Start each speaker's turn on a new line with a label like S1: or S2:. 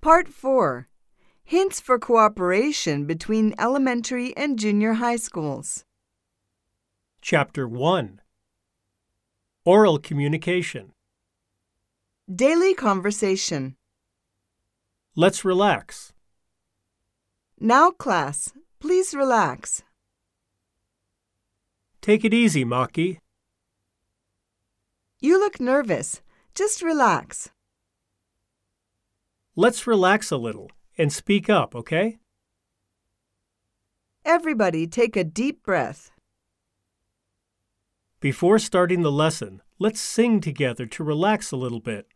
S1: Part 4 Hints for Cooperation Between Elementary and Junior High Schools.
S2: Chapter 1 Oral Communication
S1: Daily Conversation.
S2: Let's relax.
S1: Now, class, please relax.
S2: Take it easy, Maki.
S1: You look nervous. Just relax.
S2: Let's relax a little and speak up, okay?
S1: Everybody take a deep breath.
S2: Before starting the lesson, let's sing together to relax a little bit.